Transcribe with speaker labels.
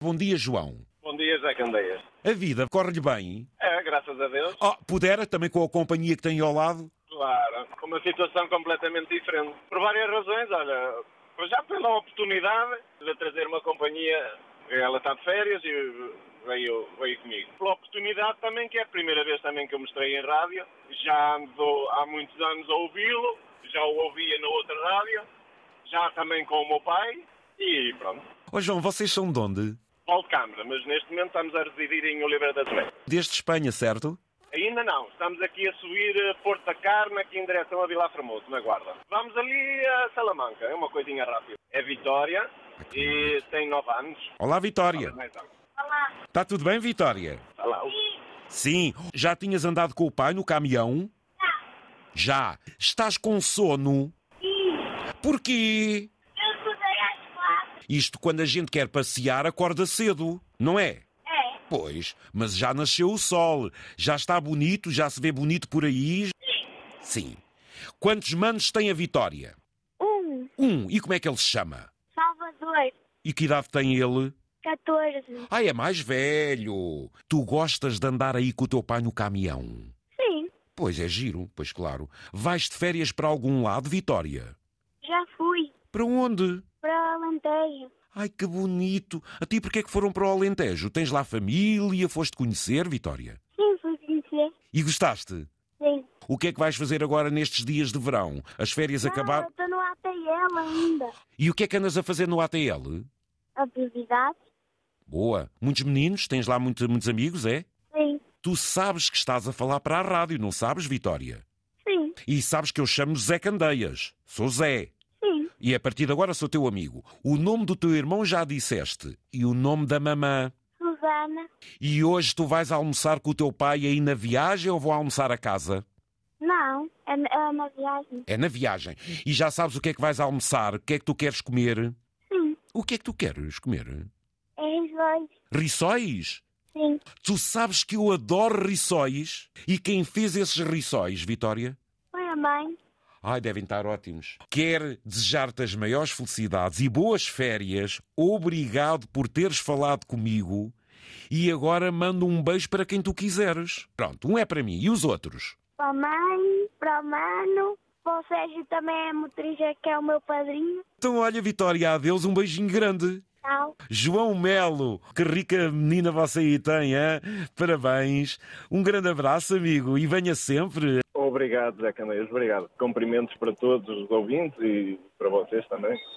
Speaker 1: Bom dia, João.
Speaker 2: Bom dia, Zé Candeias.
Speaker 1: A vida corre-lhe bem?
Speaker 2: É, graças a Deus,
Speaker 1: Oh, pudera também com a companhia que tem ao lado?
Speaker 2: claro. Com uma situação completamente diferente. Por várias razões, olha. para Já pela oportunidade de trazer uma companhia. Ela está de férias e veio, veio comigo. Pela oportunidade também, que é a primeira vez também que eu mostrei em rádio. Já ando há muitos anos a ouvi-lo. Já o ouvia na outra rádio. Já também com o meu pai. E pronto.
Speaker 1: Oh, João, vocês são de onde?
Speaker 2: Paulo de Câmara, mas neste momento estamos a residir em Oliveira das Meias.
Speaker 1: Desde Espanha, certo?
Speaker 2: Ainda não. Estamos aqui a subir eh, Porto da Carne, aqui em direção a Vila Formoso, na Guarda. Vamos ali a Salamanca, é uma coisinha rápida. É Vitória e tem 9 anos.
Speaker 1: Olá, Vitória.
Speaker 2: Mais anos.
Speaker 1: Está tudo bem, Vitória?
Speaker 2: Está lá.
Speaker 1: Sim. Já tinhas andado com o pai no caminhão? Já. Estás com sono? Porquê?
Speaker 3: Eu estudei às quatro.
Speaker 1: Isto quando a gente quer passear, acorda cedo, não é?
Speaker 3: É.
Speaker 1: Pois, mas já nasceu o sol, já está bonito, já se vê bonito por aí. Sim. Quantos manos tem a Vitória?
Speaker 3: Um.
Speaker 1: Um. E como é que ele se chama?
Speaker 3: Salvador.
Speaker 1: E que idade tem ele?
Speaker 3: 14.
Speaker 1: Ah, é mais velho. Tu gostas de andar aí com o teu pai no caminhão?
Speaker 3: Sim.
Speaker 1: Pois é, giro, pois claro. Vais de férias para algum lado, Vitória?
Speaker 3: Já fui
Speaker 1: Para onde?
Speaker 3: para Alentejo.
Speaker 1: Ai, que bonito. A ti porquê é que foram para o Alentejo? Tens lá família, foste conhecer, Vitória?
Speaker 3: Sim, fui conhecer.
Speaker 1: E gostaste?
Speaker 3: Sim.
Speaker 1: O que é que vais fazer agora nestes dias de verão? As férias
Speaker 3: Ah, eu
Speaker 1: acabaram.
Speaker 3: estou no ATL ainda.
Speaker 1: E o que é que andas a fazer no ATL?
Speaker 3: Atividade?
Speaker 1: Boa. Muitos meninos? Tens lá muito- muitos amigos, é?
Speaker 3: Sim.
Speaker 1: Tu sabes que estás a falar para a rádio, não sabes, Vitória?
Speaker 3: Sim.
Speaker 1: E sabes que eu chamo Zé Candeias. Sou Zé.
Speaker 3: Sim.
Speaker 1: E a partir de agora sou teu amigo. O nome do teu irmão já disseste. E o nome da mamã.
Speaker 3: Susana?
Speaker 1: E hoje tu vais almoçar com o teu pai aí na viagem ou vou almoçar a casa?
Speaker 3: Não. É, é uma viagem.
Speaker 1: É na viagem. E já sabes o que é que vais almoçar? O que é que tu queres comer?
Speaker 3: Sim.
Speaker 1: O que é que tu queres comer?
Speaker 3: É os dois.
Speaker 1: Rissóis?
Speaker 3: Sim.
Speaker 1: Tu sabes que eu adoro rissóis? E quem fez esses rissóis, Vitória?
Speaker 3: Foi a mãe.
Speaker 1: Ai, devem estar ótimos. Quer desejar-te as maiores felicidades e boas férias. Obrigado por teres falado comigo. E agora mando um beijo para quem tu quiseres. Pronto, um é para mim. E os outros?
Speaker 3: Para a mãe, para o mano. Para o Sérgio também é motorista, que é o meu padrinho.
Speaker 1: Então, olha, Vitória, adeus, um beijinho grande.
Speaker 3: Tchau.
Speaker 1: João Melo, que rica menina você aí tem, hein? Parabéns. Um grande abraço, amigo, e venha sempre.
Speaker 2: Obrigado, Zé Candeias, obrigado. Cumprimentos para todos os ouvintes e para vocês também.